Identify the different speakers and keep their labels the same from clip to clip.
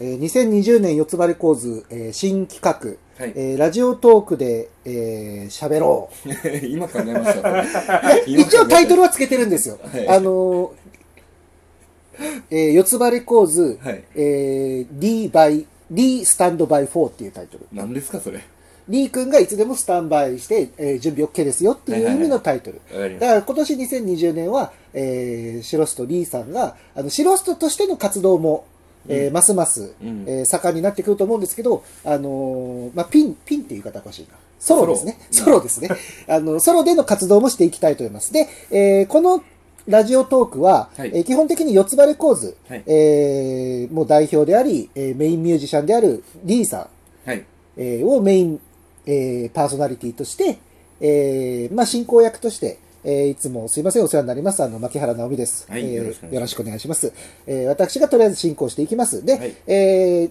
Speaker 1: えー2020年四つ張り構図、えー新企画、
Speaker 2: はい
Speaker 1: えーラジオトークで喋、えー、喋ろう。
Speaker 2: 今考えましたこれ
Speaker 1: いや一応タイトルはつけてるんですよ。
Speaker 2: はい
Speaker 1: あのーえー四つ張り構図、
Speaker 2: はい
Speaker 1: えー、D by D stand by four っていうタイトル。
Speaker 2: 何ですかそれ
Speaker 1: リー君がいつでもスタンバイして、えー準備 OK ですよっていう意味のタイトル。
Speaker 2: わかりま
Speaker 1: だ
Speaker 2: し
Speaker 1: から今年2020年は、えー、シロストリーさんが、あの、シロストとしての活動も、えーますます、
Speaker 2: うん
Speaker 1: えー盛んになってくると思うんですけど、あのーまあ、ピン、ピンっていう言い方おかしいな。ソロですね。ソ
Speaker 2: ソロ
Speaker 1: ロ ですね。あの、ソロでの活動もしていきたいと思います。で、えーこのラジオトークは、
Speaker 2: はい
Speaker 1: えー基本的に四つ葉レコーズ、
Speaker 2: はい
Speaker 1: えーもう代表であり、えーメインミュージシャンであるリーさん、
Speaker 2: たはい
Speaker 1: えーをメイン、えーパーソナリティとして、えーまあ、進行役として、えーいつもすいません、お世話になります。あの、牧原直美です。
Speaker 2: はい
Speaker 1: えー
Speaker 2: よろしくお願いします
Speaker 1: よろしくお願いします。えー私がとりあえず進行していきます。で、
Speaker 2: はい
Speaker 1: えー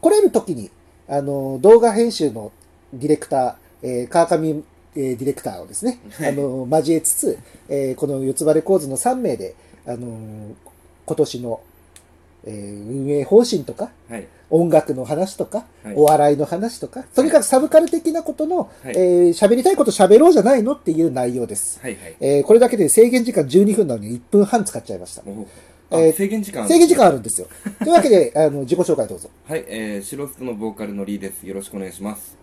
Speaker 1: 来れる時に、あの、動画編集のディレクター、えー川上、えーディレクターをですね、
Speaker 2: はい
Speaker 1: あの、交えつつ、えーこの四つ葉レコーズの3名で、あの今年の、えー運営方針とか、
Speaker 2: はい
Speaker 1: 音楽の話とか、
Speaker 2: はい
Speaker 1: お笑いの話とか、とにかくサブカル的なことの、
Speaker 2: はい
Speaker 1: えー喋りたいこと喋ろうじゃないのっていう内容です。
Speaker 2: はいはい
Speaker 1: えーこれだけで制限時間12分なのに1分半使っちゃいました。
Speaker 2: お
Speaker 1: え
Speaker 2: あ
Speaker 1: ー
Speaker 2: 制限時間
Speaker 1: 制限時間あるんですよ。というわけで、あの、自己紹介どうぞ。
Speaker 2: はいえーシロストのボーカルのリーですよろしくお願い します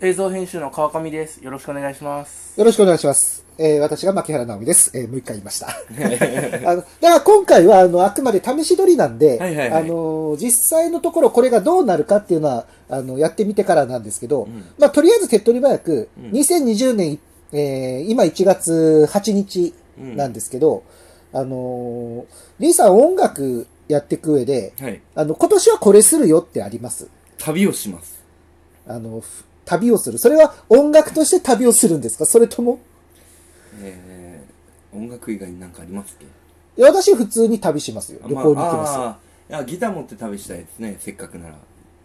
Speaker 3: 映像編集の川上です。よろしくお願いします。
Speaker 1: よろしくお願いします。えー私が牧原直美です。えーもう一回言いました。 あの、だから今回は、あの、あくまで試し撮りなんで、
Speaker 2: はいはいはい
Speaker 1: あのー、実際のところこれがどうなるかっていうのは、あの、やってみてからなんですけど、
Speaker 2: ん
Speaker 1: まあ、とりあえず手っ取り早く、
Speaker 2: うん
Speaker 1: 2020年、えー今1月8日なんですけど、あのー、リーさん音楽やっていく上で、
Speaker 2: はい
Speaker 1: あの、今年はこれするよってあります。
Speaker 2: 旅をします
Speaker 1: あの、ふ旅をする。それは音楽として旅をするんですかそれとも
Speaker 2: えー音楽以外になんかありますっけ
Speaker 1: いや私普通に旅しますよ。旅行に行きますよ。
Speaker 2: ああーいやギター持って旅したいですねせっかくなら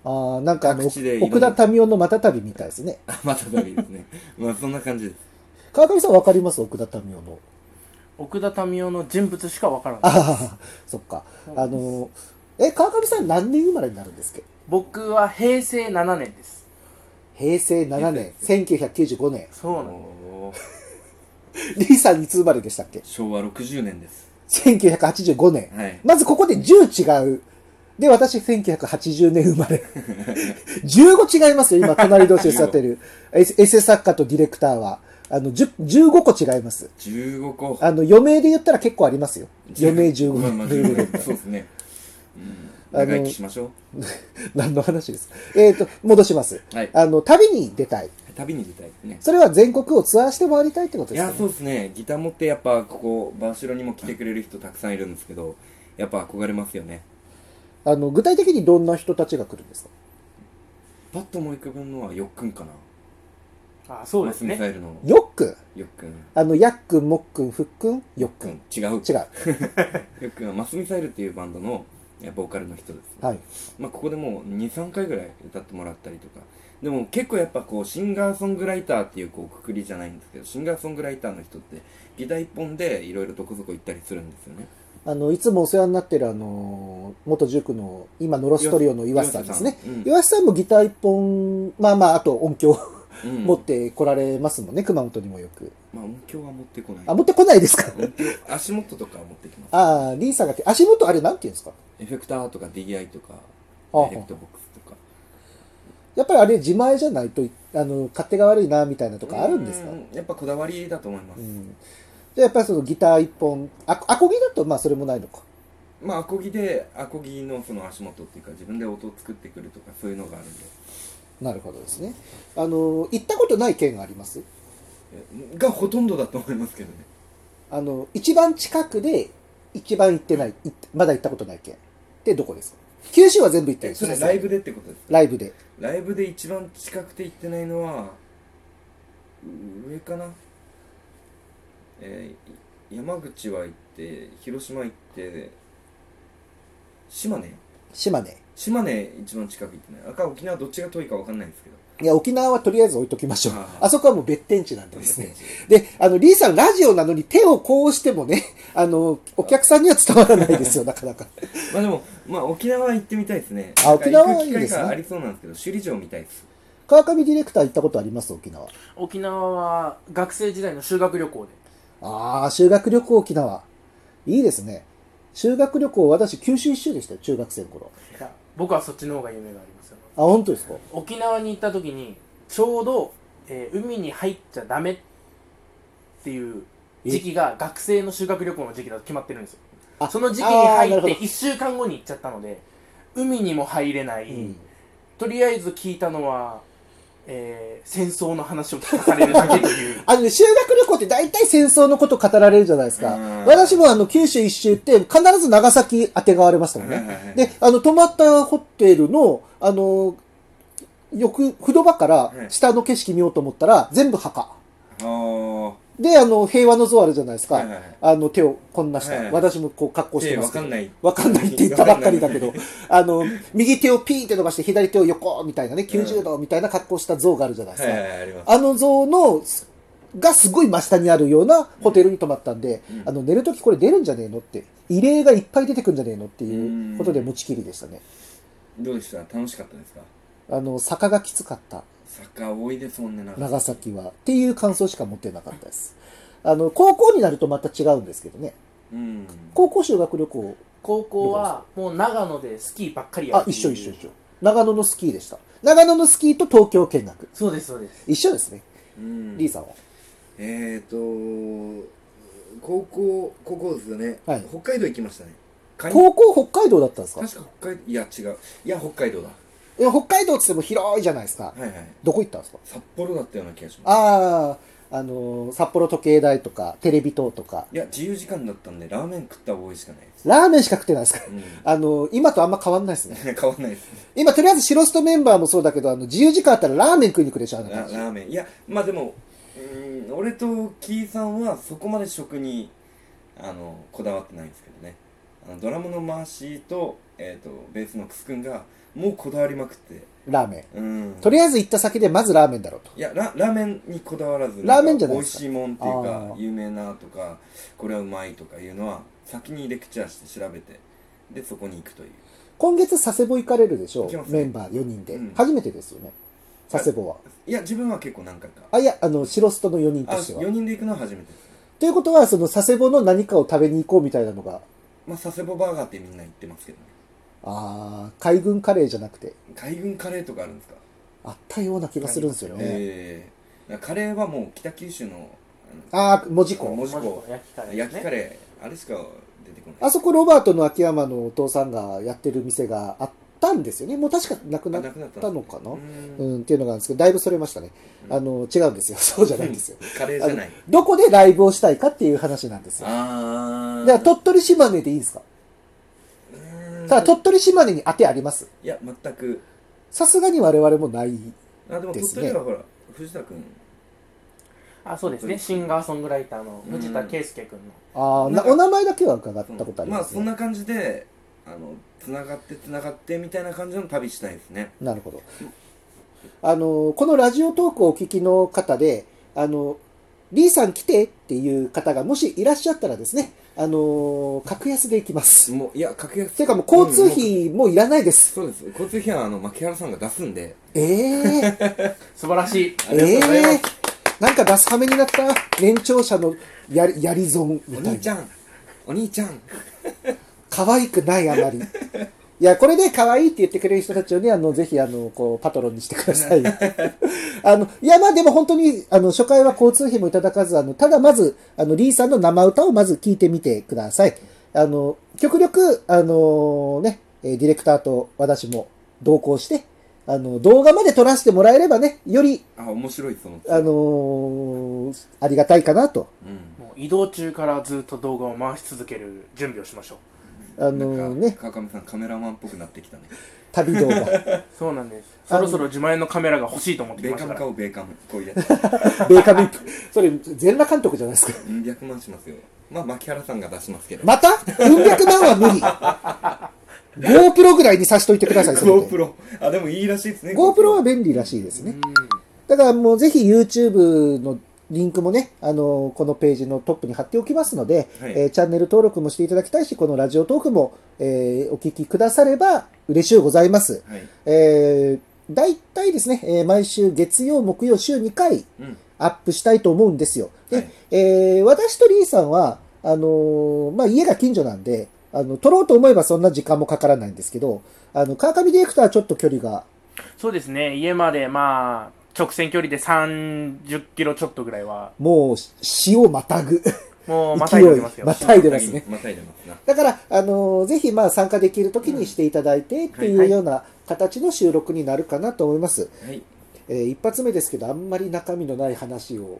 Speaker 1: ああ、なんかあの、
Speaker 2: 各地でいろんな
Speaker 1: 奥田民生のまた旅みたいですね。
Speaker 2: あまた旅です ねまあそんな感じです
Speaker 1: 川上さんわかります奥田民生の。
Speaker 3: 奥田民生の人物しかわからない。
Speaker 1: ああ、そっか。あの、え、川上さん何年生まれになるんですっけ
Speaker 3: 僕は平成7年です。
Speaker 1: 平成7年、1995年。
Speaker 3: そうなの。
Speaker 2: おー
Speaker 1: リーさんいつ生まれでしたっけ
Speaker 2: 昭和60年です
Speaker 1: 1985年、
Speaker 2: はい
Speaker 1: まずここで10違う。で、私1980年生ま れ。15違いますよ、今、隣同士で座って る。エセエセ作家とディレクターは。あの、10 15個違います。
Speaker 2: 15個
Speaker 1: あの、余命で言ったら結構ありますよ。余命15
Speaker 2: まあ
Speaker 1: 年
Speaker 2: まあ15個そうですね、うん、
Speaker 1: あの
Speaker 2: 長生きしましょ
Speaker 1: 何の話ですかえっ、と、戻します。
Speaker 2: はい
Speaker 1: あの、旅に出たい。
Speaker 2: う旅に出たいですね
Speaker 1: それは全国をツアーして回りたいってこと
Speaker 2: い
Speaker 1: ですか、
Speaker 2: やそ
Speaker 1: ね、
Speaker 2: うですねギター持ってやっぱここバーシロにも来てくれる人たくさんいるんですけどやっぱ憧れますよね
Speaker 1: あの、具体的にどんな人たちが来るんですか
Speaker 2: パッと思い浮かぶのはよっくんかな
Speaker 3: あ、そうです
Speaker 2: マスミ
Speaker 3: ね。
Speaker 2: サイルの
Speaker 1: よっくん
Speaker 2: よっくんよ
Speaker 1: あの、やっくん、もっくん、ふっくんよっ
Speaker 2: っ
Speaker 1: く
Speaker 2: く
Speaker 1: ん。
Speaker 2: ん違う
Speaker 1: 違う。
Speaker 2: よっくんはマスミサイルっていうバンドのえボーカルの人です、
Speaker 1: はい。
Speaker 2: まあ、ここでもう23回ぐらい歌ってもらったりとかでも結構やっぱこうシンガーソングライターっていうこうくくりじゃないんですけどシンガーソングライターの人ってギター一本でいろいろどこそこ行ったりするんですよね
Speaker 1: あの、いつもお世話になってるあの、元塾の、今、ノロストリオの岩瀬さんですね。
Speaker 2: 岩
Speaker 1: 岩瀬さんもギター一本、まあまあ、あと音響
Speaker 2: うんうん
Speaker 1: 持って来られますもんね、熊本にもよく。
Speaker 2: まあ音響は持ってこない
Speaker 1: あ、持ってこないですか
Speaker 2: 音響足元とかは持ってきます
Speaker 1: ああ、リーさんが来て、足元あれなんて言うんですか
Speaker 2: エフェクターとか DI とか
Speaker 1: ああ
Speaker 2: エフェクトボックスとか
Speaker 1: やっぱりあれ自前じゃないとあの勝手が悪いなみたいなとかあるんですか、う
Speaker 2: うんんやっぱこだわりだと思います、
Speaker 1: じゃあやっぱりそのギター一本あアコギだとまあそれもないのか
Speaker 2: まあアコギでアコギのその足元っていうか自分で音を作ってくるとかそういうのがあるんで
Speaker 1: なるほどですねあの行ったことない県があります
Speaker 2: えがほとんどだと思いますけどね
Speaker 1: あの一番近くで一番行ってない行ってまだ行ったことない県ってどこですか九州は全部行ってる
Speaker 2: え
Speaker 1: んで
Speaker 2: そ
Speaker 1: す
Speaker 2: れライブでってことですか
Speaker 1: ライブで
Speaker 2: ライブで一番近くて行ってないのは上かなえーい山口は行って広島行って島根
Speaker 1: 島根
Speaker 2: 島根一番近く行ってないあか沖縄どっちが遠いか分かんないんですけど
Speaker 1: いや沖縄はとりあえず置いときましょう
Speaker 2: あ
Speaker 1: あそこはもう別天地なんでですねであのリーさんラジオなのに手をこうしてもねあの、お客さんには伝わらないですよ、なかなか。
Speaker 2: まあでも、まあ沖縄行ってみたいですね。
Speaker 1: あ沖縄はいい
Speaker 2: なんか行く
Speaker 1: で
Speaker 2: 機
Speaker 1: す
Speaker 2: 会
Speaker 1: ね
Speaker 2: がありそうなんですけど、首里城みたいです。
Speaker 1: 川上ディレクター行ったことあります沖縄。
Speaker 3: 沖縄は学生時代の修学旅行で
Speaker 1: ああ、修学旅行沖縄。いいですね。修学旅行、私、九州一周でしたよ、中学生の頃。
Speaker 3: いや僕はそっちの方が夢がありますよ
Speaker 1: あ、本当ですか
Speaker 3: 沖縄に行った時にちょうど、えー海に入っちゃダメっていう時期が学生の修学旅行の時期だと決まってるんですよ
Speaker 1: あ
Speaker 3: その時期に
Speaker 1: あーな
Speaker 3: 入
Speaker 1: る
Speaker 3: っ
Speaker 1: ほ
Speaker 3: て
Speaker 1: ど
Speaker 3: 1週間後に行っちゃったので海にも入れない、
Speaker 1: うん
Speaker 3: とりあえず聞いたのは、えー戦争の話を聞かされるだけという
Speaker 1: あのね、修学旅行って大体戦争のこと語られるじゃないですか
Speaker 2: うん。
Speaker 1: 私もあの、九州一周って必ず長崎当てがわれましたもん
Speaker 2: はいはいは
Speaker 1: ね
Speaker 2: い。
Speaker 1: で、あの、泊まったホテルの、あの、よく、風呂場から
Speaker 2: はい
Speaker 1: 下の景色見ようと思ったら、全部墓。
Speaker 2: あー。
Speaker 1: で、あの、平和の像あるじゃないです
Speaker 2: は
Speaker 1: か
Speaker 2: いはいはい。
Speaker 1: あの、手をこんなした
Speaker 2: はいは。い
Speaker 1: 私もこう、格好して
Speaker 2: え、
Speaker 1: ま
Speaker 2: わ
Speaker 1: すけ
Speaker 2: か
Speaker 1: ど。
Speaker 2: んない。
Speaker 1: わかんないって言ったばっかりだけど
Speaker 2: わかんない、
Speaker 1: あの、右手をピーンって伸ばして、左手を横みたいなね、90度みたいな格好した像があるじゃないです
Speaker 2: はい
Speaker 1: か
Speaker 2: は。いはい、あります。
Speaker 1: あの像のす、がすごい真下にあるようなホテルに泊まったんで、
Speaker 2: うん
Speaker 1: あの、寝るときこれ出るんじゃねえのって、異例がいっぱい出てくんじゃねえのっていうことで
Speaker 2: うん
Speaker 1: 持ちきりでしたね。
Speaker 2: どうでした楽しかったですか
Speaker 1: あの、坂がきつかった、
Speaker 2: 坂多いですもんね、なんか。
Speaker 1: 長崎は。っていう感想しか持ってなかったです。あの、高校になるとまた違うんですけどね。
Speaker 2: うん。
Speaker 1: 高校修学旅行、
Speaker 3: 高校はもう長野でスキーばっかりや
Speaker 1: あ
Speaker 3: る、
Speaker 1: 一緒一緒
Speaker 3: 緒
Speaker 1: 一緒。長野のスキーでした。長野のスキーと東京見学。
Speaker 3: そうですそうです
Speaker 1: 一緒ですね。
Speaker 2: うん
Speaker 1: リーさんは。
Speaker 4: えっ、ー、と高校高校ですよね、
Speaker 1: はい
Speaker 4: 北海道行きましたね
Speaker 2: カニ
Speaker 1: 高校北海道だったんですか
Speaker 2: 確か北海道、いや違う。いや、北海道だ。
Speaker 1: いや、北海道って言っても広いじゃないですか。
Speaker 2: はいはい。
Speaker 1: どこ行ったんですか
Speaker 2: 札幌だったような気がします。
Speaker 1: ああ、あのー札幌時計台とか、テレビ塔とか、
Speaker 2: いや、自由時間だったんで、ラーメン食った覚えしかないです。
Speaker 1: ラーメンしか食ってないですから。
Speaker 2: うん。
Speaker 1: あのー今とあんま変わんないですね。
Speaker 2: 変わんないです。
Speaker 1: 今、とりあえず、白ストメンバーもそうだけど、あの、自由時間あったらラーメン食いに来るでしょ、あな
Speaker 2: ララ
Speaker 1: た
Speaker 2: ーメンいやまあでもうーん俺とキーさんはそこまで食にあのこだわってないんですけどねあのドラムのマーシーと,、えー、とベースのクス君がもうこだわりまくって
Speaker 1: ラーメ
Speaker 2: うん
Speaker 1: ン。とりあえず行った先で、まずラーメンだろうと。
Speaker 2: いやララーメンにこだわらず
Speaker 1: ラーメンじゃない
Speaker 2: ん
Speaker 1: で
Speaker 2: か
Speaker 1: す
Speaker 2: 美味
Speaker 1: か
Speaker 2: しいもんっていう
Speaker 1: あ
Speaker 2: か
Speaker 1: ー
Speaker 2: 有名なとかこれはうまいとかいうのは先にレクチャーして調べてでそこに行くという
Speaker 1: 今月、佐世保行かれるでしょ
Speaker 2: 行きますね
Speaker 1: メンバー4人で、
Speaker 2: うん
Speaker 1: 初めてですよね。佐世保は。
Speaker 2: いや自分は結構何回か
Speaker 1: あ、いや、あの、白ストの4人
Speaker 2: あ
Speaker 1: としては
Speaker 2: 4。人で行くのは初めてです
Speaker 1: ということは、その佐世保の何かを食べに行こうみたいなのが、
Speaker 2: まあ佐世保バーガーってみんな言ってますけどね
Speaker 1: あー海軍カレーじゃなくて、
Speaker 2: 海軍カレーとかあるんですか
Speaker 1: あったような気がするんですよね。
Speaker 2: ええカレーはもう北九州のあ
Speaker 1: ああ、文字
Speaker 2: の
Speaker 1: 港。
Speaker 2: 門司港
Speaker 3: 焼きカレーです
Speaker 2: 焼
Speaker 3: ね
Speaker 2: きカレーあれしか出てこない
Speaker 1: あそこロバートの秋山のお父さんがやってる店があったんですよね。もう確かなくなっ
Speaker 2: あなくなった
Speaker 1: たのかな
Speaker 2: う
Speaker 1: うんん、っていうのがあるんですけど、だいぶそれましたね。
Speaker 2: うん
Speaker 1: あの、違うんですよ。そうじゃないんですよ。
Speaker 2: カレーじゃない
Speaker 1: あのどこでライブをしたいかっていう話なんですよ。
Speaker 2: あ
Speaker 1: だ
Speaker 2: ー
Speaker 1: から鳥取島根でいいんですか
Speaker 2: うん
Speaker 1: ただ鳥取島根に当てあります。
Speaker 2: いや全く
Speaker 1: さすがに我々もない。
Speaker 2: あでも
Speaker 1: で
Speaker 2: 鳥
Speaker 1: すね
Speaker 2: 取はほら藤田君
Speaker 3: あそうですねシンガーソングライターの藤田圭介君の
Speaker 1: ああ、な
Speaker 2: なんか
Speaker 1: お名前だけは伺ったことあり
Speaker 2: ま
Speaker 1: ま
Speaker 2: あ
Speaker 1: す、
Speaker 2: そ
Speaker 1: ね
Speaker 2: んな感じであのつながってつながってみたいな感じの旅したいですね
Speaker 1: なるほど。あの、このラジオトークをお聞きの方で、あの、B さん来てっていう方がもしいらっしゃったらですね、あの、格安で行きます。
Speaker 2: もういや格安
Speaker 1: ていうかもう交通
Speaker 2: うんもう
Speaker 1: 費もいらないです。
Speaker 2: そうです交通費はあの牧原さんが出すんで
Speaker 1: ええ
Speaker 3: 素晴らしい
Speaker 2: ありがとうございます
Speaker 1: ええなんか出すはめになった年長者のやりやり損み
Speaker 2: お
Speaker 1: た
Speaker 2: 兄
Speaker 1: い
Speaker 2: ち
Speaker 1: な。
Speaker 2: ゃんお兄ちゃん
Speaker 1: 可愛くないあまり。 いや、これで可愛いって言ってくれる人たちをね、あの、ぜひ、あの、こう、パトロンにしてくだ さい。あの、いや、まあでも本当に、あの、初回は交通費もいただかず、あの、ただまず、あの、リーさんの生歌をまず聞いてみてください。あの、極力、あのね、えーディレクターと私も同行して、あの、動画まで撮らせてもらえればね、より、
Speaker 2: あ面白いと思って
Speaker 1: あのーありがたいかなと。
Speaker 2: うん
Speaker 3: もう移動中からずっと動画を回し続ける準備をしましょう
Speaker 1: あ
Speaker 2: な
Speaker 1: の
Speaker 2: んか
Speaker 1: ね、
Speaker 2: 川上さんカメラマンっぽくなってきたね
Speaker 1: 旅動画。
Speaker 3: そうなんですそろそろ自前のカメラが欲しいと思ってき
Speaker 2: ベー
Speaker 3: まし
Speaker 2: カ
Speaker 3: た
Speaker 2: ム
Speaker 3: か
Speaker 2: 買
Speaker 3: ら
Speaker 2: おうベーカムこういうや つ
Speaker 1: ベーカミップ。 それ、全裸監督じゃないですか。
Speaker 2: うん100万しますよまあ牧原さんが出しますけど
Speaker 1: またうん百万は無理。GoPro ぐらいにさしといてください、せめて
Speaker 2: GoPro あでもいいらしいですね
Speaker 1: GoPro は
Speaker 2: は
Speaker 1: 便利らしいですね。だからもうぜひ YouTube のリンクもね、あの、このページのトップに貼っておきますので、
Speaker 2: はい
Speaker 1: えーチャンネル登録もしていただきたいし、このラジオトークも、えーお聞きくだされば嬉しゅうございます。
Speaker 2: はい
Speaker 1: えー、大体ですね、えー毎週月曜、木曜、週2回
Speaker 2: うん
Speaker 1: アップしたいと思うんですよ。で、
Speaker 2: はい
Speaker 1: えー私とリーさんは、あのーまあ、家が近所なんで、あの、撮ろうと思えばそんな時間もかからないんですけど、あの、川上ディレクターはちょっと距離が、
Speaker 3: そうですね、家までまあ、直線距離で30キロちょっとぐらいは、
Speaker 1: もう、死をまたぐ。
Speaker 3: もうまた
Speaker 1: 勢
Speaker 3: いでお
Speaker 1: い
Speaker 3: ります、よ
Speaker 1: ま。たいでますね。
Speaker 2: またいでますな
Speaker 1: だから、あのーぜひ、まあ、参加できる時にしていただいてってい
Speaker 3: は
Speaker 1: う
Speaker 3: い
Speaker 1: ような形の収録になるかなと思います。
Speaker 2: はい
Speaker 1: えー一発目ですけど、あんまり中身のない話を、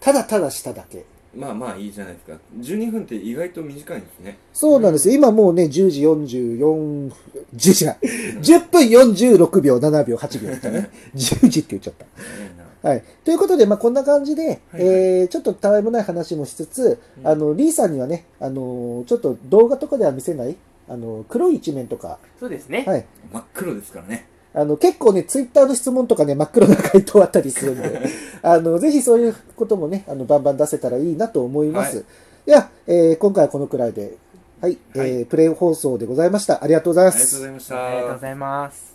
Speaker 1: ただただしただけ。
Speaker 2: まあまあいいじゃないですか12分って意外と短いんですね
Speaker 1: そうなんですよ。今もうね、10時44分、10時ない、10分46秒、7秒、8秒だったね。10時って言っちゃった。
Speaker 2: 早いな
Speaker 1: はい。ということで、まあ、こんな感じで、
Speaker 2: はいはい
Speaker 1: えーちょっとたわいもない話もしつつ、
Speaker 2: うん
Speaker 1: あの、リーさんにはね、あのーちょっと動画とかでは見せない、あの、黒い一面とか、
Speaker 3: そうですね。
Speaker 1: はい。
Speaker 2: 真っ黒ですからね
Speaker 1: あの、結構ね、ツイッターの質問とかね、真っ黒な回答あったりするん で、あの、ぜひそういうこともね、あの、バンバン出せたらいいなと思います。、
Speaker 2: はい
Speaker 1: や、えー今回はこのくらいで、はい、
Speaker 2: はい
Speaker 1: えープレイ放送でございました。ありがとうござい
Speaker 2: あ
Speaker 1: ま
Speaker 2: りがとう
Speaker 1: す
Speaker 2: ご。ざいまし
Speaker 3: ありがとう
Speaker 2: た
Speaker 3: ございます。